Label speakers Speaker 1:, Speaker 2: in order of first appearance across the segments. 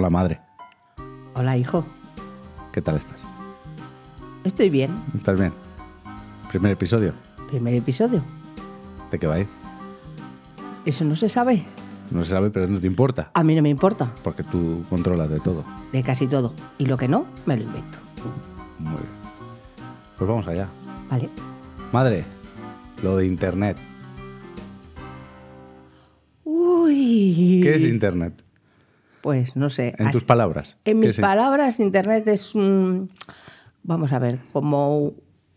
Speaker 1: la madre.
Speaker 2: Hola, hijo.
Speaker 1: ¿Qué tal estás?
Speaker 2: Estoy bien.
Speaker 1: ¿Estás bien? Primer episodio.
Speaker 2: Primer episodio.
Speaker 1: ¿De qué va a ir?
Speaker 2: Eso no se sabe.
Speaker 1: No se sabe, pero no te importa.
Speaker 2: A mí no me importa.
Speaker 1: Porque tú controlas de todo.
Speaker 2: De casi todo. Y lo que no, me lo invento.
Speaker 1: Muy bien. Pues vamos allá.
Speaker 2: Vale.
Speaker 1: Madre, lo de Internet.
Speaker 2: Uy.
Speaker 1: ¿Qué es Internet?
Speaker 2: Pues no sé.
Speaker 1: En
Speaker 2: así-
Speaker 1: tus palabras. ¿qué
Speaker 2: En mis
Speaker 1: es in-
Speaker 2: palabras, Internet es un. Vamos a ver, como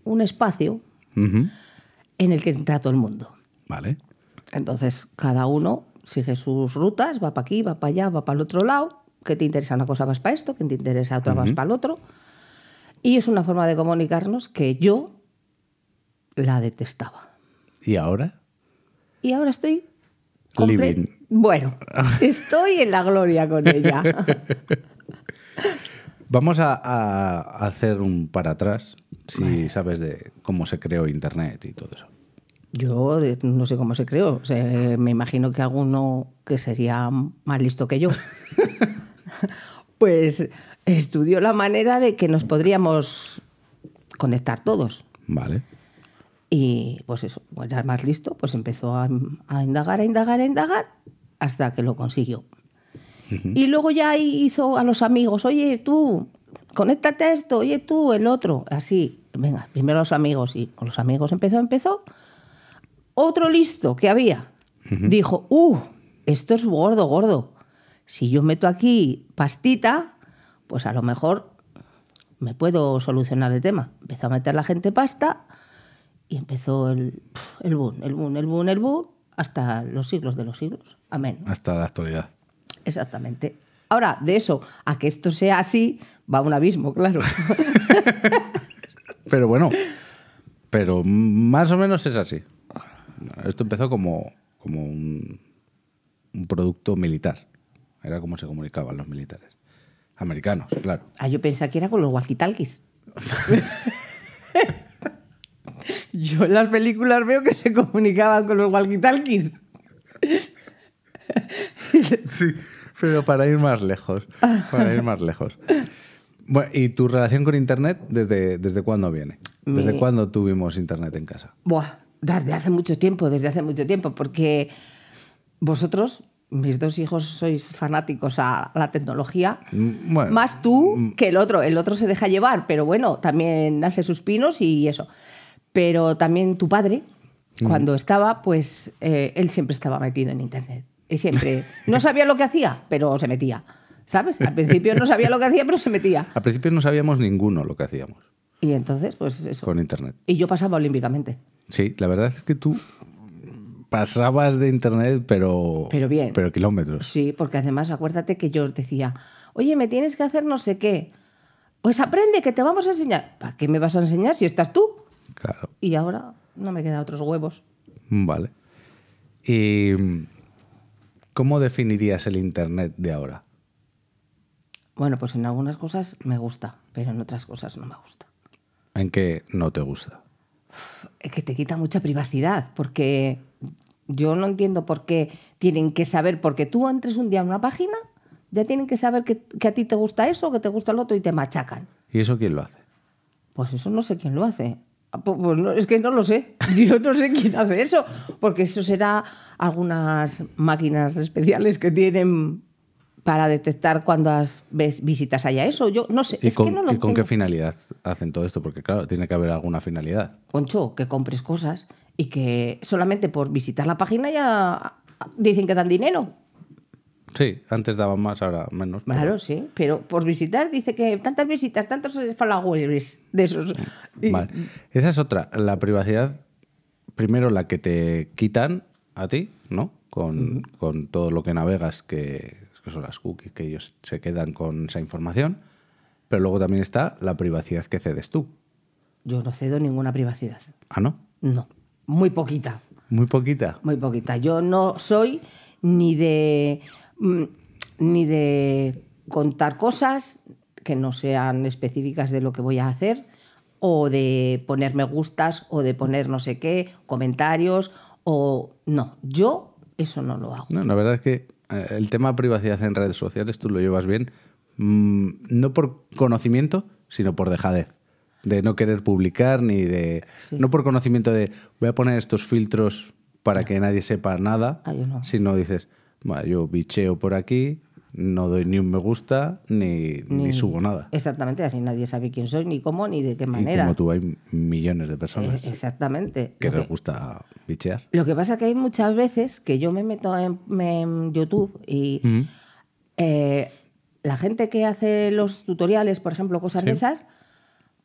Speaker 2: un espacio
Speaker 1: Ujú.
Speaker 2: en el que entra todo el mundo.
Speaker 1: Vale.
Speaker 2: Entonces, cada uno sigue sus rutas, va para aquí, va para allá, va para el otro lado. Que te interesa una cosa, vas para esto, que te interesa otra, vas para el otro. Y es una forma de comunicarnos que yo la detestaba.
Speaker 1: ¿Y ahora?
Speaker 2: Y ahora estoy. comple-
Speaker 1: Living.
Speaker 2: Bueno, estoy en la gloria con ella.
Speaker 1: Vamos a, a hacer un para atrás, si sabes de cómo se creó Internet y todo eso.
Speaker 2: Yo eh, no sé cómo se creó. O sea, eh, me imagino que alguno que sería más listo que yo, pues estudió la manera de que nos podríamos conectar todos.
Speaker 1: Vale.
Speaker 2: Y pues eso, pues era el más listo, pues empezó a, a indagar, a indagar, a indagar, hasta que lo consiguió. Y luego ya ahí hizo a los amigos, oye tú, conéctate a esto, oye tú, el otro, así. Venga, primero los amigos, y con los amigos empezó, empezó. Otro listo que había dijo, uh, esto es gordo, gordo. Si yo meto aquí pastita, pues a lo mejor me puedo solucionar el tema. Empezó a meter la gente pasta y empezó el, el boom, el boom, el boom, el boom, hasta los siglos de los siglos. Amén.
Speaker 1: Hasta la actualidad.
Speaker 2: Exactamente. Ahora, de eso a que esto sea así, va un abismo, claro.
Speaker 1: Pero bueno, pero más o menos es así. Esto empezó como, como un, un producto militar. Era como se comunicaban los militares. Americanos, claro.
Speaker 2: Ah, yo pensaba que era con los walkie-talkies. yo en las películas veo que se comunicaban con los walkie-talkies.
Speaker 1: Sí, pero para ir más lejos. Para ir más lejos. Bueno, ¿y tu relación con Internet desde, desde cuándo viene? ¿Desde
Speaker 2: Mi-
Speaker 1: cuándo tuvimos Internet en casa?
Speaker 2: Buah, desde hace mucho tiempo, desde hace mucho tiempo, porque vosotros, mis dos hijos, sois fanáticos a la tecnología.
Speaker 1: Mm, Bueno,
Speaker 2: Más tú que el otro. El otro se deja llevar, pero bueno, también hace sus pinos y eso. Pero también tu padre,
Speaker 1: Mm.
Speaker 2: cuando estaba, pues eh, él siempre estaba metido en Internet. Y siempre. No sabía lo que hacía, pero se metía. ¿Sabes? Al principio no sabía lo que hacía, pero se metía.
Speaker 1: Al principio no sabíamos ninguno lo que hacíamos
Speaker 2: Y entonces, pues eso.
Speaker 1: con Internet.
Speaker 2: Y yo pasaba olímpicamente.
Speaker 1: Sí, la verdad es que tú pasabas de internet, pero.
Speaker 2: Pero bien.
Speaker 1: Pero kilómetros.
Speaker 2: Sí, porque además acuérdate que yo decía, oye, me tienes que hacer no sé qué. Pues aprende, que te vamos a enseñar. ¿Para qué me vas a enseñar si estás tú?
Speaker 1: Claro.
Speaker 2: Y ahora no me quedan otros huevos.
Speaker 1: Vale. ¿Y cómo definirías el internet de ahora?
Speaker 2: Bueno, pues en algunas cosas me gusta, pero en otras cosas no me gusta.
Speaker 1: ¿En qué no te gusta?
Speaker 2: Es que te quita mucha privacidad, porque yo no entiendo por qué tienen que saber, porque tú entres un día a una página, ya tienen que saber que, que a ti te gusta eso, que te gusta el otro y te machacan.
Speaker 1: ¿Y eso quién lo hace?
Speaker 2: Pues eso no sé quién lo hace. Ah, pu- Pues no, es que no lo sé. Yo no sé quién hace eso. Porque eso será algunas máquinas especiales que tienen para detectar cuando has- ves, visitas allá eso. Yo no sé.
Speaker 1: ¿Y,
Speaker 2: es
Speaker 1: con,
Speaker 2: que no
Speaker 1: y
Speaker 2: lo
Speaker 1: con
Speaker 2: entiendo.
Speaker 1: qué finalidad hacen todo esto? Porque, claro, tiene que haber alguna finalidad.
Speaker 2: Concho, que compres cosas y que solamente por visitar la página ya dicen que dan dinero.
Speaker 1: Sí, antes daban más, ahora menos. pero-
Speaker 2: Claro, sí. Pero por visitar dice que tantas visitas, tantos followers de esos. Y-
Speaker 1: Vale. Esa es otra. La privacidad, primero la que te quitan a ti, ¿no? Con, con todo lo que navegas, que, que son las cookies, que ellos se quedan con esa información. Pero luego también está la privacidad que cedes tú.
Speaker 2: Yo no cedo ninguna privacidad.
Speaker 1: Ah, ¿no?
Speaker 2: No. Muy poquita.
Speaker 1: Muy poquita.
Speaker 2: Muy poquita. Yo no soy ni de mm, ni de contar cosas que no sean específicas de lo que voy a hacer o de poner me gustas o de poner no sé qué, comentarios o no, yo eso no lo hago.
Speaker 1: No, la verdad es que eh, el tema de privacidad en redes sociales tú lo llevas bien, mm, no por conocimiento, sino por dejadez. De no querer publicar ni de...
Speaker 2: Sí.
Speaker 1: No por conocimiento de voy a poner estos filtros para que nadie sepa nada,
Speaker 2: Ah, yo no.
Speaker 1: sino dices, "Bueno, yo bicheo por aquí, no doy ni un me gusta, ni, ni subo nada.
Speaker 2: Exactamente, así nadie sabe quién soy, ni cómo, ni de qué
Speaker 1: Y
Speaker 2: manera.
Speaker 1: como tú hay millones de personas
Speaker 2: Eh, exactamente.
Speaker 1: que
Speaker 2: Lo que-
Speaker 1: les gusta bichear.
Speaker 2: Lo que pasa que hay muchas veces que yo me meto en, me- en YouTube y
Speaker 1: Mm.
Speaker 2: eh, la gente que hace los tutoriales, por ejemplo, cosas de
Speaker 1: Sí.
Speaker 2: esas,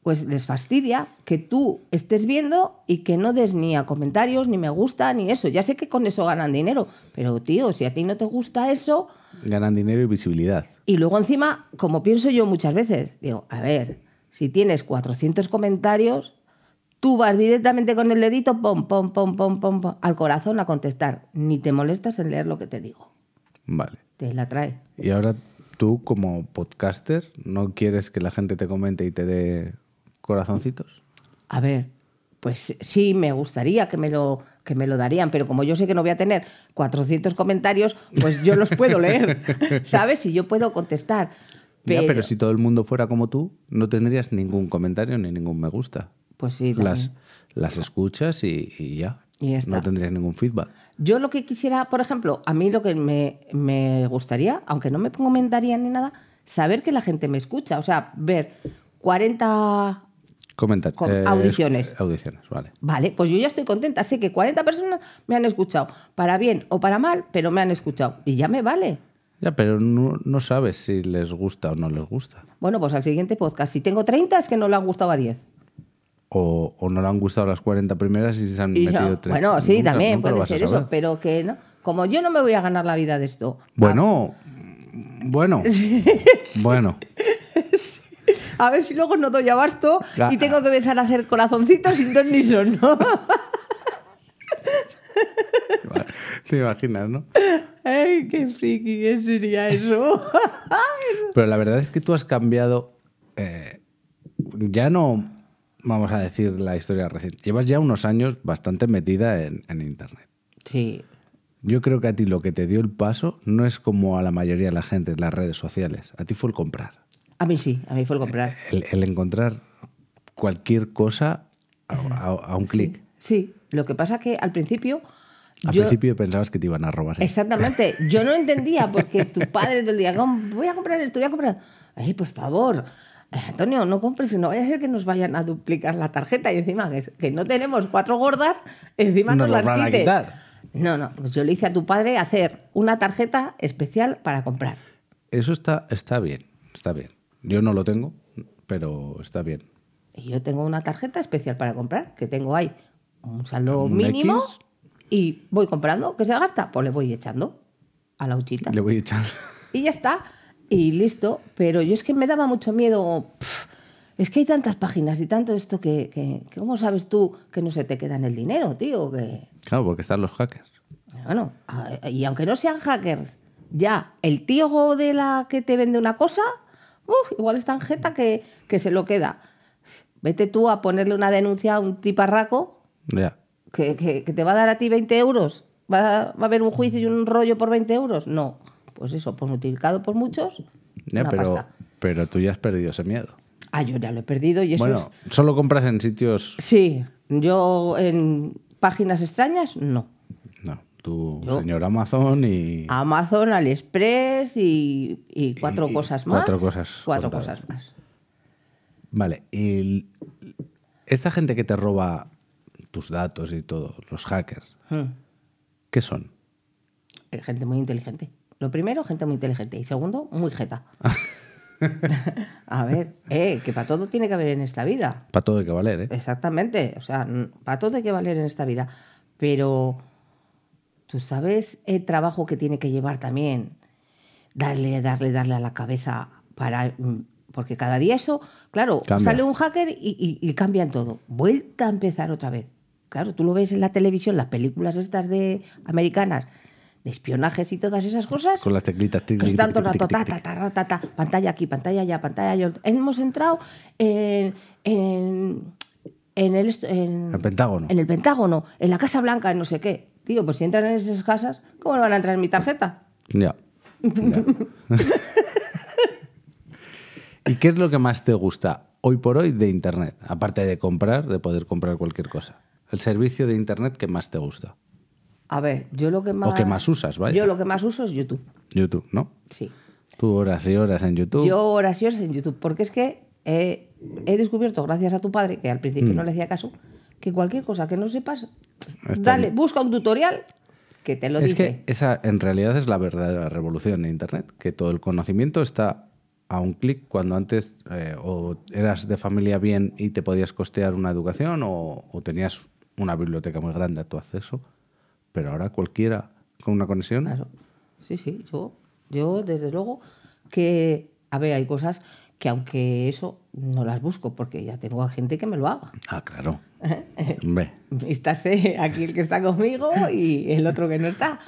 Speaker 2: pues les fastidia que tú estés viendo y que no des ni a comentarios, ni me gusta, ni eso. Ya sé que con eso ganan dinero, pero tío, si a ti no te gusta eso,
Speaker 1: Ganan dinero y visibilidad.
Speaker 2: y luego encima, como pienso yo muchas veces, digo, a ver, si tienes 400 comentarios, tú vas directamente con el dedito, pom, pom, pom, pom, pom, pom, al corazón a contestar. Ni te molestas en leer lo que te digo.
Speaker 1: Vale.
Speaker 2: Te la trae.
Speaker 1: Y ahora tú, como podcaster, ¿no quieres que la gente te comente y te dé corazoncitos?
Speaker 2: A ver, pues sí, me gustaría que me lo, que me lo darían, pero como yo sé que no voy a tener 400 comentarios, pues yo los puedo leer, ¿sabes? Y yo puedo contestar.
Speaker 1: ya, pero si todo el mundo fuera como tú, no tendrías ningún comentario ni ningún me gusta.
Speaker 2: Pues sí, también.
Speaker 1: Las, las escuchas y, y ya.
Speaker 2: Y ya está.
Speaker 1: No tendrías ningún feedback.
Speaker 2: Yo lo que quisiera, por ejemplo, a mí lo que me, me gustaría, aunque no me comentaría ni nada, saber que la gente me escucha. O sea, ver 40...
Speaker 1: Comenta.
Speaker 2: Com-
Speaker 1: eh,
Speaker 2: audiciones.
Speaker 1: es- audiciones, vale.
Speaker 2: Vale, pues yo ya estoy contenta. Sé que 40 personas me han escuchado, para bien o para mal, pero me han escuchado. Y ya me vale.
Speaker 1: Ya, pero no, no sabes si les gusta o no les gusta.
Speaker 2: Bueno, pues al siguiente podcast. Si tengo 30 es que no le han gustado a 10.
Speaker 1: O, o no le han gustado las 40 primeras y se han
Speaker 2: Y
Speaker 1: metido
Speaker 2: yo-
Speaker 1: tres.
Speaker 2: bueno, sí,
Speaker 1: Nunca-
Speaker 2: también
Speaker 1: nunca lo
Speaker 2: puede
Speaker 1: vas a
Speaker 2: ser eso,
Speaker 1: saber.
Speaker 2: pero que no. Como yo no me voy a ganar la vida de esto.
Speaker 1: Bueno,
Speaker 2: Ah.
Speaker 1: bueno, bueno.
Speaker 2: A ver si luego no doy abasto
Speaker 1: Ya.
Speaker 2: y tengo que empezar a hacer corazoncitos sin ton ni son, ¿no?
Speaker 1: Te imaginas, ¿no?
Speaker 2: ¡Ay, qué friki! ¿Qué sería eso?
Speaker 1: Pero la verdad es que tú has cambiado. eh, ya no vamos a decir la historia reciente. Llevas ya unos años bastante metida en, en Internet.
Speaker 2: sí,
Speaker 1: Yo creo que a ti lo que te dio el paso no es como a la mayoría de la gente en las redes sociales. A ti fue el comprar.
Speaker 2: a mí sí, a mí fue el comprar.
Speaker 1: El, el encontrar cualquier cosa a, a- a un clic.
Speaker 2: Sí, lo que pasa que al principio...
Speaker 1: Al
Speaker 2: yo-
Speaker 1: principio pensabas que te iban a robar. ¿eh?
Speaker 2: Exactamente, yo no entendía porque tu padre todo el día, "Com- voy a comprar esto, voy a comprar... Ay, por favor, eh, Antonio, no compres, no vaya a ser que nos vayan a duplicar la tarjeta y encima que, que no tenemos cuatro gordas, encima
Speaker 1: Nos
Speaker 2: nos,
Speaker 1: las
Speaker 2: las
Speaker 1: van a
Speaker 2: quite".
Speaker 1: quitar.
Speaker 2: No, no, pues yo le hice a tu padre hacer una tarjeta especial para comprar.
Speaker 1: Eso está, está bien, está bien. Yo no lo tengo, pero está bien.
Speaker 2: Y yo tengo una tarjeta especial para comprar, que tengo ahí un saldo
Speaker 1: ¿Un
Speaker 2: mínimo
Speaker 1: X?
Speaker 2: y voy comprando, que se gasta, pues le voy echando a la huchita.
Speaker 1: Le voy a echar.
Speaker 2: Y ya está, y listo. Pero yo es que me daba mucho miedo. pf, es que hay tantas páginas y tanto esto que, que- que ¿cómo sabes tú que no se te queda en el dinero, tío? Que,
Speaker 1: Claro, porque están los hackers.
Speaker 2: bueno, a- y aunque no sean hackers, ya, el tío de la que te vende una cosa, uf, igual es tan jeta que, que se lo queda. Vete tú a ponerle una denuncia a un tiparraco
Speaker 1: Ya.
Speaker 2: que, que- que te va a dar a ti 20 euros. ¿Va, va a haber un juicio y un rollo por 20 euros? No. Pues eso, por multiplicado por muchos,
Speaker 1: Ya,
Speaker 2: una
Speaker 1: pero,
Speaker 2: pasta.
Speaker 1: pero tú ya has perdido ese miedo.
Speaker 2: Ah, yo ya lo he perdido y eso
Speaker 1: Bueno, solo compras en sitios.
Speaker 2: es- Sí, yo en páginas extrañas, no.
Speaker 1: No, tú,
Speaker 2: Yo-
Speaker 1: señor Amazon y.
Speaker 2: Ah. Amazon, AliExpress y, y cuatro
Speaker 1: y
Speaker 2: cosas más.
Speaker 1: cuatro cosas
Speaker 2: Cuatro
Speaker 1: contadas.
Speaker 2: cosas más.
Speaker 1: Vale, y l- esta gente que te roba tus datos y todo, los hackers,
Speaker 2: Hmm.
Speaker 1: ¿qué son?
Speaker 2: Eh, Gente muy inteligente. Lo primero, gente muy inteligente. Y segundo, muy jeta. A ver, eh, que para todo tiene que haber en esta vida.
Speaker 1: Para todo hay que valer, ¿eh?
Speaker 2: Exactamente. O sea, n- para todo hay que valer en esta vida. Pero tú sabes el trabajo que tiene que llevar también. Darle, darle, darle a la cabeza para. mm, Porque cada día eso, claro,
Speaker 1: Cambia.
Speaker 2: sale un hacker y, y- y cambian todo. Vuelta a empezar otra vez. Claro, tú lo ves en la televisión, las películas estas de americanas, de espionajes y todas esas cosas.
Speaker 1: Con las teclitas. tic,
Speaker 2: Que
Speaker 1: tic,
Speaker 2: están
Speaker 1: tic,
Speaker 2: todo el
Speaker 1: tic,
Speaker 2: rato,
Speaker 1: tic,
Speaker 2: ta,
Speaker 1: tic,
Speaker 2: ta, ta, ra, ta, ta, pantalla aquí, pantalla allá, pantalla allá. Hemos entrado en, en, en el, est- en,
Speaker 1: tic. El Pentágono.
Speaker 2: en el Pentágono, en la Casa Blanca, en no sé qué. Tío, pues si entran en esas casas, ¿cómo le van a entrar en mi tarjeta?
Speaker 1: Ya. ya. ¿Y qué es lo que más te gusta hoy por hoy de Internet? Aparte de comprar, de poder comprar cualquier cosa. El servicio de Internet que más te gusta.
Speaker 2: A ver, yo lo que más.
Speaker 1: O que más usas, vaya.
Speaker 2: Yo lo que más uso es YouTube.
Speaker 1: YouTube, ¿no?
Speaker 2: Sí.
Speaker 1: Tú horas y horas en YouTube.
Speaker 2: Yo horas y horas en YouTube, porque es que eh, he descubierto, gracias a tu padre, que al
Speaker 1: Mm.
Speaker 2: principio no le hacía caso, que cualquier cosa que no sepas,
Speaker 1: Está
Speaker 2: dale,
Speaker 1: bien.
Speaker 2: busca un tutorial que te lo
Speaker 1: es
Speaker 2: dice.
Speaker 1: que esa en realidad es la verdadera revolución de Internet, que todo el conocimiento está a un clic cuando antes eh, o eras de familia bien y te podías costear una educación o, o tenías una biblioteca muy grande a tu acceso, pero ahora cualquiera con una conexión
Speaker 2: Claro. Sí, sí, yo, yo desde luego que, a ver, hay cosas que aunque eso no las busco, porque ya tengo a gente que me lo haga.
Speaker 1: Ah, claro. Hombre,
Speaker 2: Estás eh, aquí el que está conmigo y el otro que no está.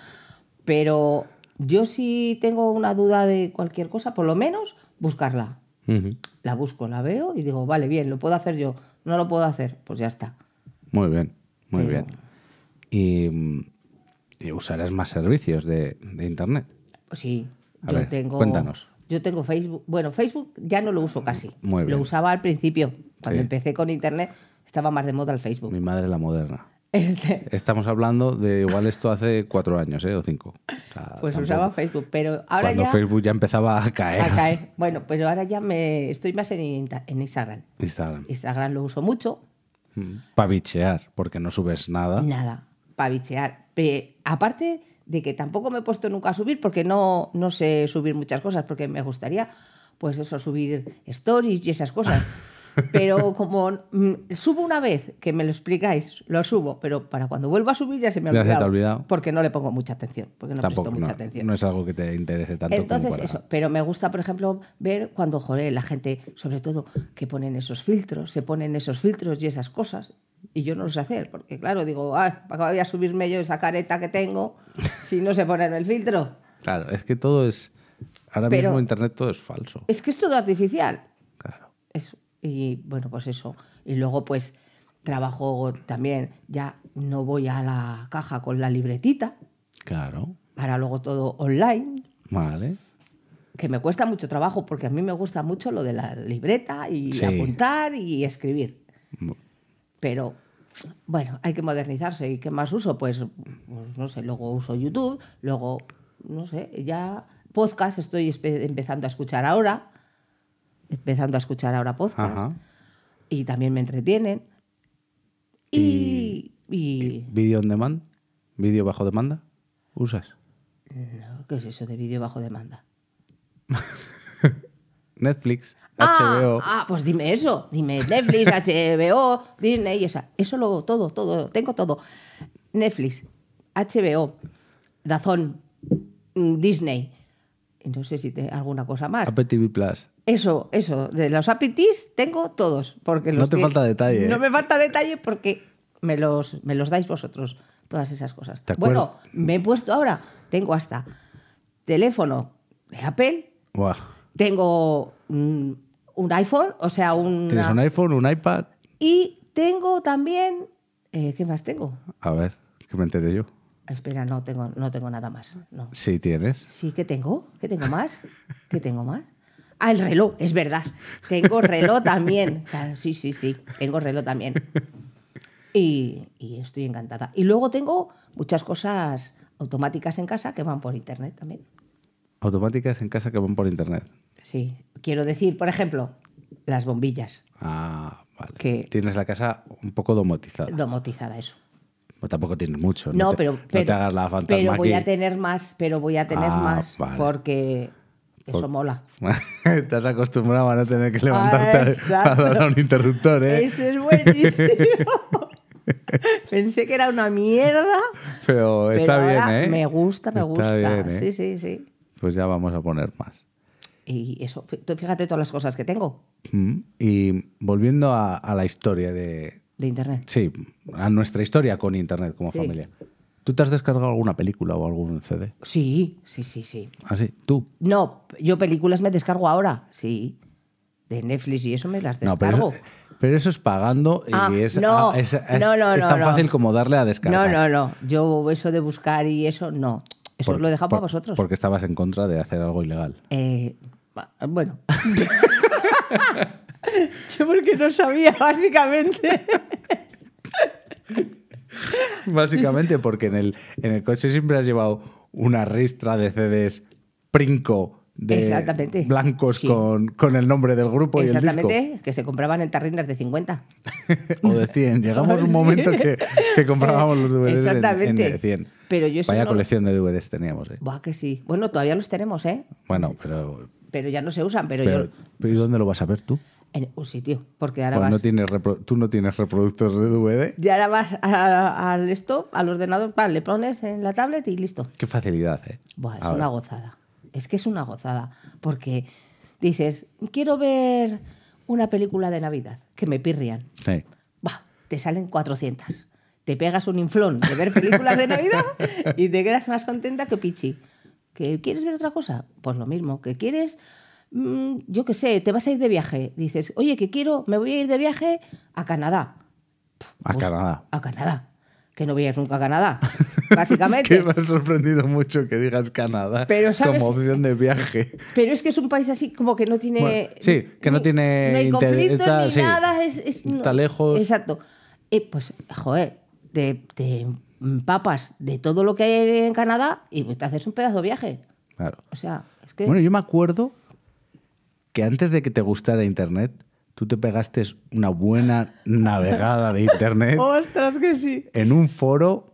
Speaker 2: Pero yo si tengo una duda de cualquier cosa, por lo menos buscarla.
Speaker 1: ujú,
Speaker 2: La busco, la veo y digo, vale, bien, lo puedo hacer yo, no lo puedo hacer, pues ya está.
Speaker 1: Muy bien, muy
Speaker 2: Pero-
Speaker 1: bien. Y, mm, y usarás más servicios de, de Internet.
Speaker 2: Pues Sí,
Speaker 1: A
Speaker 2: yo
Speaker 1: ver,
Speaker 2: tengo.
Speaker 1: cuéntanos. Mm,
Speaker 2: Yo tengo Facebook. Bueno, Facebook ya no lo uso casi.
Speaker 1: Muy bien.
Speaker 2: Lo usaba al principio. Cuando
Speaker 1: Sí.
Speaker 2: empecé con internet estaba más de moda el Facebook.
Speaker 1: Mi madre la moderna.
Speaker 2: Este,
Speaker 1: Estamos hablando de igual esto hace cuatro años, ¿eh? O cinco. O sea,
Speaker 2: pues
Speaker 1: tampoco-
Speaker 2: usaba Facebook, pero ahora
Speaker 1: Cuando
Speaker 2: ya
Speaker 1: Facebook ya empezaba a caer.
Speaker 2: a caer. Bueno, pero ahora ya me estoy más en, Inta- en Instagram.
Speaker 1: Instagram.
Speaker 2: Instagram lo uso mucho,
Speaker 1: Para bichear, porque no subes nada.
Speaker 2: nada, para bichear. Pe- aparte de que tampoco me he puesto nunca a subir porque no, no sé subir muchas cosas, porque me gustaría, pues eso, subir stories y esas cosas. Pero como mm, subo una vez que me lo explicáis, lo subo, pero para cuando vuelva a subir ya se me ha
Speaker 1: Ya se te
Speaker 2: olvidado.
Speaker 1: ha olvidado.
Speaker 2: Porque no le pongo mucha atención, porque no
Speaker 1: Tampoco,
Speaker 2: presto
Speaker 1: no,
Speaker 2: mucha atención.
Speaker 1: no es algo que te interese tanto como
Speaker 2: Entonces,
Speaker 1: para-
Speaker 2: eso. Pero me gusta, por ejemplo, ver cuando, joder, la gente, sobre todo, que ponen esos filtros, se ponen esos filtros y esas cosas. Y yo no lo sé hacer, porque claro, digo, ah, ¿para qué voy a subirme yo esa careta que tengo si no sé ponerme el filtro?
Speaker 1: Claro, es que todo es. Ahora
Speaker 2: Pero-
Speaker 1: mismo Internet todo es falso.
Speaker 2: Es que es todo artificial.
Speaker 1: Claro.
Speaker 2: Eso. Y bueno, pues eso. Y luego, pues, trabajo también, ya no voy a la caja con la libretita,
Speaker 1: Claro.
Speaker 2: para luego todo online.
Speaker 1: Vale.
Speaker 2: que me cuesta mucho trabajo porque a mí me gusta mucho lo de la libreta y
Speaker 1: Sí.
Speaker 2: apuntar y escribir.
Speaker 1: Bu-
Speaker 2: Pero bueno, hay que modernizarse. ¿Y qué más uso? Pues, pues, no sé, luego uso YouTube, luego, no sé, ya podcast estoy espe- empezando a escuchar ahora. Empezando a escuchar ahora podcast.
Speaker 1: Ajá.
Speaker 2: Y también me entretienen. Y, y-
Speaker 1: ¿Video on demand? ¿Video bajo demanda? ¿Usas?
Speaker 2: no, ¿Qué es eso de vídeo bajo demanda?
Speaker 1: Netflix,
Speaker 2: Ah,
Speaker 1: HBO.
Speaker 2: Ah, pues dime eso. Dime Netflix, HBO, Disney, esa. Eso lo, todo, todo. Tengo todo. Netflix, HBO, Dazón, mm, Disney. Y No sé si te, alguna cosa más.
Speaker 1: Apple TV Plus.
Speaker 2: Eso, eso. De los apetis tengo todos. Porque
Speaker 1: No
Speaker 2: los
Speaker 1: te
Speaker 2: que-
Speaker 1: falta detalle. ¿eh?
Speaker 2: No me falta detalle porque me los, me los dais vosotros, todas esas cosas.
Speaker 1: ¿Te acuerdas?
Speaker 2: Bueno, me he puesto ahora. Tengo hasta teléfono de Apple,
Speaker 1: Buah.
Speaker 2: tengo mm, un iPhone, o sea, un.
Speaker 1: ¿Tienes un iPhone, un iPad?
Speaker 2: Y tengo también. eh, ¿Qué más tengo? Ah,
Speaker 1: A ver, que me enteré yo.
Speaker 2: Espera, no tengo, no tengo nada más. No.
Speaker 1: Sí tienes.
Speaker 2: Sí, ¿qué tengo? ¿Qué tengo más? ¿Qué tengo más? Ah, el reloj, es verdad. Tengo reloj también. Claro, sí, sí, sí. Tengo reloj también. Y, y estoy encantada. Y luego tengo muchas cosas automáticas en casa que van por internet también.
Speaker 1: Automáticas en casa que van por internet.
Speaker 2: Sí. Quiero decir, por ejemplo, las bombillas.
Speaker 1: Ah, vale.
Speaker 2: Que-
Speaker 1: Tienes la casa un poco domotizada.
Speaker 2: Domotizada, eso.
Speaker 1: O tampoco tienes mucho.
Speaker 2: No,
Speaker 1: te-
Speaker 2: pero,
Speaker 1: no
Speaker 2: pero-
Speaker 1: te hagas la fantasma
Speaker 2: pero voy
Speaker 1: aquí.
Speaker 2: a tener más, pero voy a tener
Speaker 1: Ah,
Speaker 2: más
Speaker 1: vale.
Speaker 2: porque eso
Speaker 1: Por-
Speaker 2: mola.
Speaker 1: Te has acostumbrado a no tener que levantarte a- a,
Speaker 2: Ah, exacto.
Speaker 1: dar a un interruptor, ¿eh?
Speaker 2: Eso es buenísimo. Pensé que era una mierda,
Speaker 1: Pero
Speaker 2: pero
Speaker 1: está
Speaker 2: ahora
Speaker 1: bien, ¿eh?
Speaker 2: me gusta, me
Speaker 1: Está
Speaker 2: gusta.
Speaker 1: bien, ¿eh?
Speaker 2: Sí, sí, sí.
Speaker 1: Pues ya vamos a poner más.
Speaker 2: Y eso, fí- tú fíjate todas las cosas que tengo
Speaker 1: Mm. Y volviendo a, a la historia de...
Speaker 2: de internet.
Speaker 1: Sí, a nuestra historia con internet como
Speaker 2: Sí.
Speaker 1: familia. ¿Tú te has descargado alguna película o algún CD?
Speaker 2: Sí, sí, sí, sí.
Speaker 1: Así, tú.
Speaker 2: No, yo películas me descargo ahora, sí. De Netflix y eso me las
Speaker 1: No, pero
Speaker 2: descargo.
Speaker 1: eso, pero eso es pagando y
Speaker 2: Ah,
Speaker 1: es,
Speaker 2: no,
Speaker 1: ah, es- es-
Speaker 2: no, no,
Speaker 1: es
Speaker 2: no,
Speaker 1: tan
Speaker 2: no.
Speaker 1: fácil como darle a descargar.
Speaker 2: No, no, no. Yo eso de buscar y eso, no. Eso
Speaker 1: Por-
Speaker 2: os lo he dejado
Speaker 1: por-
Speaker 2: para vosotros.
Speaker 1: Porque estabas en contra de hacer algo ilegal.
Speaker 2: Eh, va- bueno. Yo porque no sabía, básicamente.
Speaker 1: Básicamente porque en el, en el coche siempre has llevado una ristra de CDs princo de
Speaker 2: Exactamente.
Speaker 1: blancos
Speaker 2: Sí.
Speaker 1: con, con el nombre del grupo y el disco.
Speaker 2: Exactamente, que se compraban en tarrinas de 50.
Speaker 1: O de 100. Llegamos a un momento que, que comprábamos los DVDs en- en,
Speaker 2: Exactamente.
Speaker 1: de 100.
Speaker 2: Pero yo eso
Speaker 1: Vaya
Speaker 2: no-
Speaker 1: colección de DVDs teníamos. ¿eh?
Speaker 2: Buah, que sí. Bueno, todavía los tenemos, ¿eh?
Speaker 1: Bueno, pero,
Speaker 2: Pero ya no se usan, pero,
Speaker 1: pero,
Speaker 2: yo...
Speaker 1: pero ¿y dónde lo vas a ver tú?
Speaker 2: En un sitio, porque ahora
Speaker 1: Pues no
Speaker 2: vas...
Speaker 1: tienes repro- ¿Tú no tienes reproductores de DVD?
Speaker 2: Y ahora vas a- al esto, al ordenador, pa, le pones en la tablet y listo.
Speaker 1: Qué facilidad, ¿eh?
Speaker 2: Buah, es
Speaker 1: Ahora.
Speaker 2: una gozada. Es que es una gozada. Porque dices, quiero ver una película de Navidad, que me pirrian.
Speaker 1: Sí.
Speaker 2: Bah, te salen 400. Te pegas un inflón de ver películas de Navidad y te quedas más contenta que Pichi. ¿Que quieres ver otra cosa? Pues lo mismo. ¿Que quieres, mm, yo qué sé, te vas a ir de viaje? Dices, oye, que quiero, me voy a ir de viaje a Canadá. Pues,
Speaker 1: A Canadá.
Speaker 2: A Canadá. Que no voy a ir nunca a Canadá, básicamente.
Speaker 1: Es que me ha sorprendido mucho que digas Canadá
Speaker 2: Pero, ¿sabes?
Speaker 1: como opción de viaje.
Speaker 2: Pero es que es un país así como que no tiene...
Speaker 1: Bueno, sí, que no
Speaker 2: ni-
Speaker 1: tiene
Speaker 2: No hay
Speaker 1: inter-
Speaker 2: conflictos
Speaker 1: está-
Speaker 2: ni
Speaker 1: sí.
Speaker 2: nada. es- es- no-
Speaker 1: Está lejos.
Speaker 2: Exacto. Eh, pues, joder, te, te empapas de todo lo que hay en Canadá y te haces un pedazo de viaje.
Speaker 1: Claro.
Speaker 2: O sea, es que...
Speaker 1: Bueno, yo me acuerdo que antes de que te gustara Internet, tú te pegaste una buena navegada de Internet
Speaker 2: ¡Ostras, que sí!
Speaker 1: en un foro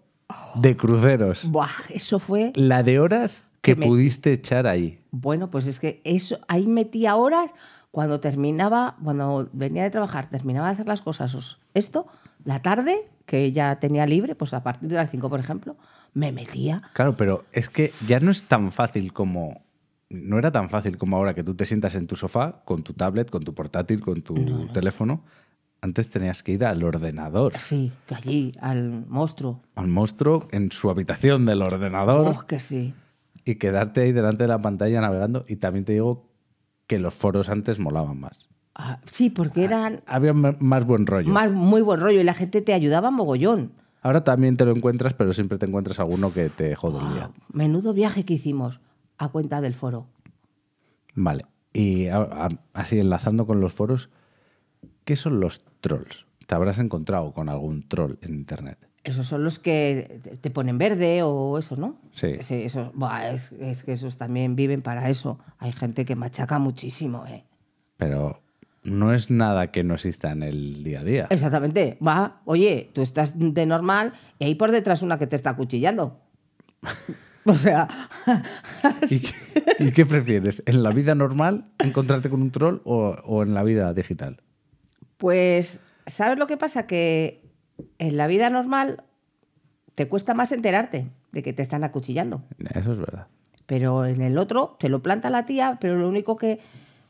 Speaker 1: de cruceros.
Speaker 2: Buah, eso fue...
Speaker 1: La de horas que
Speaker 2: Oh. Que me-
Speaker 1: pudiste echar ahí.
Speaker 2: Bueno, pues es que eso, ahí metía horas cuando terminaba, cuando venía de trabajar, terminaba de hacer las cosas, os- esto, la tarde, que ya tenía libre, pues a partir de las 5, por ejemplo, me metía
Speaker 1: Claro, pero es que ya no es tan fácil como. No era tan fácil como ahora que tú te sientas en tu sofá con tu tablet, con tu portátil, con tu teléfono. Antes tenías que ir al ordenador,
Speaker 2: Sí, que allí, al monstruo.
Speaker 1: al monstruo en su habitación del ordenador
Speaker 2: Oh, que sí.
Speaker 1: y quedarte ahí delante de la pantalla navegando. Y también te digo que los foros antes molaban más.
Speaker 2: Ah, sí, porque eran
Speaker 1: Había m- más buen rollo.
Speaker 2: más, muy buen rollo y la gente te ayudaba mogollón.
Speaker 1: Ahora también te lo encuentras, pero siempre te encuentras alguno que te jode el día.
Speaker 2: Ah, menudo viaje que hicimos a cuenta del foro.
Speaker 1: Vale. Y a- a- así enlazando con los foros, ¿qué son los trolls? ¿Te habrás encontrado con algún troll en internet?
Speaker 2: Esos son los que te- te ponen verde o eso, ¿no?
Speaker 1: Sí.
Speaker 2: eso, buah, es, es que esos también viven para eso. Hay gente que machaca muchísimo, ¿eh?
Speaker 1: Pero no es nada que no exista en el día a día.
Speaker 2: Exactamente. Va, oye, tú estás de normal y ahí por detrás una que te está cuchillando. O sea,
Speaker 1: ¿Y qué, y qué prefieres? ¿En la vida normal encontrarte con un troll o, o en la vida digital?
Speaker 2: Pues, ¿sabes lo que pasa? Que en la vida normal te cuesta más enterarte de que te están acuchillando.
Speaker 1: Eso es verdad.
Speaker 2: Pero en el otro te lo planta la tía, pero lo único que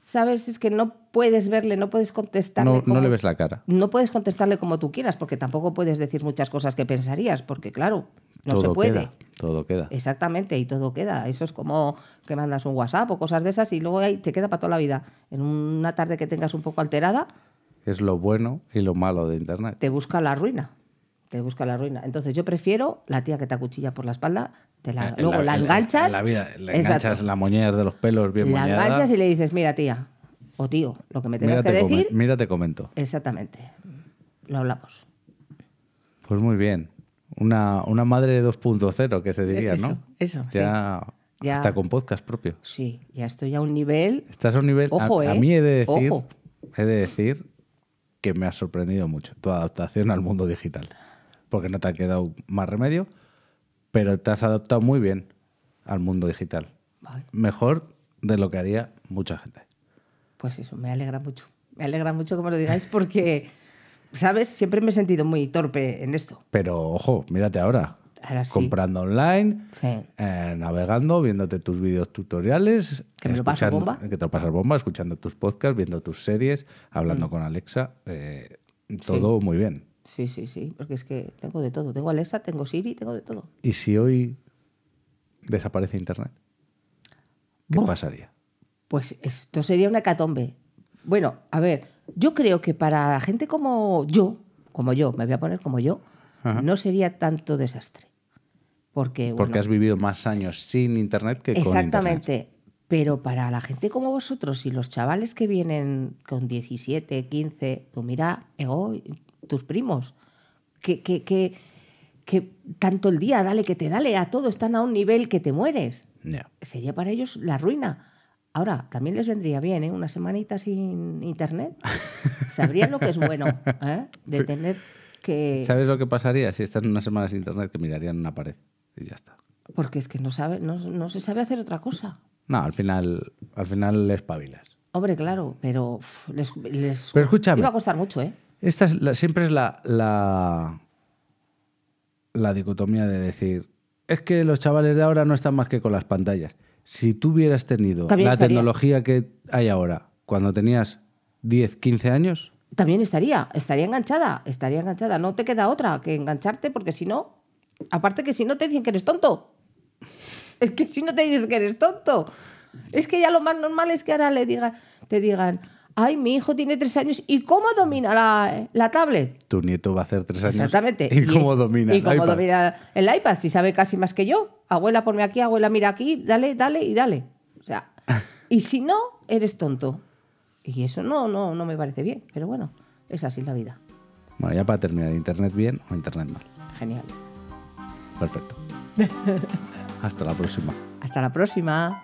Speaker 2: sabes es que no puedes verle, no puedes contestarle.
Speaker 1: No,
Speaker 2: como-
Speaker 1: no le ves la cara.
Speaker 2: no puedes contestarle como tú quieras, porque tampoco puedes decir muchas cosas que pensarías, porque claro, no
Speaker 1: todo
Speaker 2: se puede. Eh.
Speaker 1: queda. Todo queda.
Speaker 2: Exactamente, y todo queda. Eso es como que mandas un WhatsApp o cosas de esas y luego ahí te queda para toda la vida. En una tarde que tengas un poco alterada,
Speaker 1: Es lo bueno y lo malo de internet.
Speaker 2: te busca la ruina. Te busca la ruina. Entonces yo prefiero la tía que te acuchilla por la espalda, te la-
Speaker 1: Eh, En
Speaker 2: luego la,
Speaker 1: en
Speaker 2: enganchas,
Speaker 1: En la vida, la
Speaker 2: Exacto.
Speaker 1: enganchas, la moñeas de los pelos bien
Speaker 2: la
Speaker 1: moñada.
Speaker 2: enganchas y le dices, mira tía, o tío, lo que me
Speaker 1: Mira
Speaker 2: tengas que
Speaker 1: te come-
Speaker 2: decir,
Speaker 1: mira, te comento.
Speaker 2: exactamente, lo hablamos.
Speaker 1: Pues muy bien. Una, una madre 2.0, que se diría,
Speaker 2: Eso,
Speaker 1: ¿no?
Speaker 2: eso, sí.
Speaker 1: ya,
Speaker 2: Ya.
Speaker 1: Hasta con podcast propio.
Speaker 2: Sí, ya estoy a un nivel,
Speaker 1: Estás a un nivel. a-
Speaker 2: Ojo,
Speaker 1: a,
Speaker 2: ¿eh?
Speaker 1: mí he de decir.
Speaker 2: Ojo.
Speaker 1: He de decir que me ha sorprendido mucho tu adaptación al mundo digital. Porque no te ha quedado más remedio, pero te has adaptado muy bien al mundo digital.
Speaker 2: Ay,
Speaker 1: Mejor de lo que haría mucha gente.
Speaker 2: pues eso, me alegra mucho. Me alegra mucho que me lo digáis porque, ¿sabes? Siempre me he sentido muy torpe en esto.
Speaker 1: Pero ojo, mírate ahora.
Speaker 2: Ahora Ah, sí.
Speaker 1: Comprando online,
Speaker 2: Sí.
Speaker 1: eh, navegando, viéndote tus vídeos tutoriales.
Speaker 2: Que me lo paso
Speaker 1: escuchando-
Speaker 2: bomba.
Speaker 1: Que te lo pasas bomba, escuchando tus podcasts, viendo tus series,
Speaker 2: Mm.
Speaker 1: hablando con Alexa. eh, todo muy bien.
Speaker 2: Sí, sí, sí, porque es que tengo de todo. Tengo Alexa, tengo Siri, tengo de todo.
Speaker 1: ¿Y si hoy desaparece Internet? ¿Qué
Speaker 2: Buah.
Speaker 1: pasaría?
Speaker 2: Pues esto sería una hecatombe. Bueno, a ver, yo creo que para la gente como yo, como yo, me voy a poner como yo,
Speaker 1: Ajá.
Speaker 2: no sería tanto desastre. Porque, bueno,
Speaker 1: Porque has vivido más años sin internet que con
Speaker 2: Exactamente. Pero para la gente como vosotros y los chavales que vienen con 17, 15, tú mira, ego, tus primos, que, que, que, que tanto el día, dale, que te dale, a todo, están a un nivel que te mueres.
Speaker 1: Internet.
Speaker 2: Sería para ellos la ruina. Ahora, también les vendría bien, ¿eh? Una semanita sin internet. Sabrían lo que es bueno, ¿eh? De tener
Speaker 1: Ya.
Speaker 2: que...
Speaker 1: ¿Sabes lo que pasaría si están unas semanas sin internet? Te mirarían una pared y ya está.
Speaker 2: Porque es que no, sabe, no, no se sabe hacer otra cosa.
Speaker 1: No, al final, al final espabilas.
Speaker 2: Hombre, claro, pero uf, les, les-
Speaker 1: Pero escúchame.
Speaker 2: iba a costar mucho, ¿eh?
Speaker 1: Esta es la- siempre es la, la, la dicotomía de decir, es que los chavales de ahora no están más que con las pantallas. Si tú hubieras tenido
Speaker 2: También
Speaker 1: la
Speaker 2: estaría.
Speaker 1: tecnología que hay ahora cuando tenías 10, 15 años,
Speaker 2: También estaría, estaría enganchada, estaría enganchada. No te queda otra que engancharte porque si no, aparte que si no te dicen que eres tonto. Es que si no te dicen que eres tonto. Es que ya lo más normal es que ahora le digan, te digan, ay, mi hijo tiene tres años y cómo domina la, la tablet.
Speaker 1: tu nieto va a hacer tres años.
Speaker 2: Exactamente.
Speaker 1: ¿Y cómo domina?
Speaker 2: Y
Speaker 1: el
Speaker 2: cómo
Speaker 1: iPad.
Speaker 2: domina el iPad, si sabe casi más que yo. Abuela, ponme aquí, abuela, mira aquí, dale, dale y dale. O sea, y si no, eres tonto. Y eso no, no, no me parece bien, pero bueno, es así la vida.
Speaker 1: Bueno, ya para terminar, ¿internet bien o internet mal?
Speaker 2: Genial.
Speaker 1: Perfecto. Hasta la próxima.
Speaker 2: Hasta la próxima.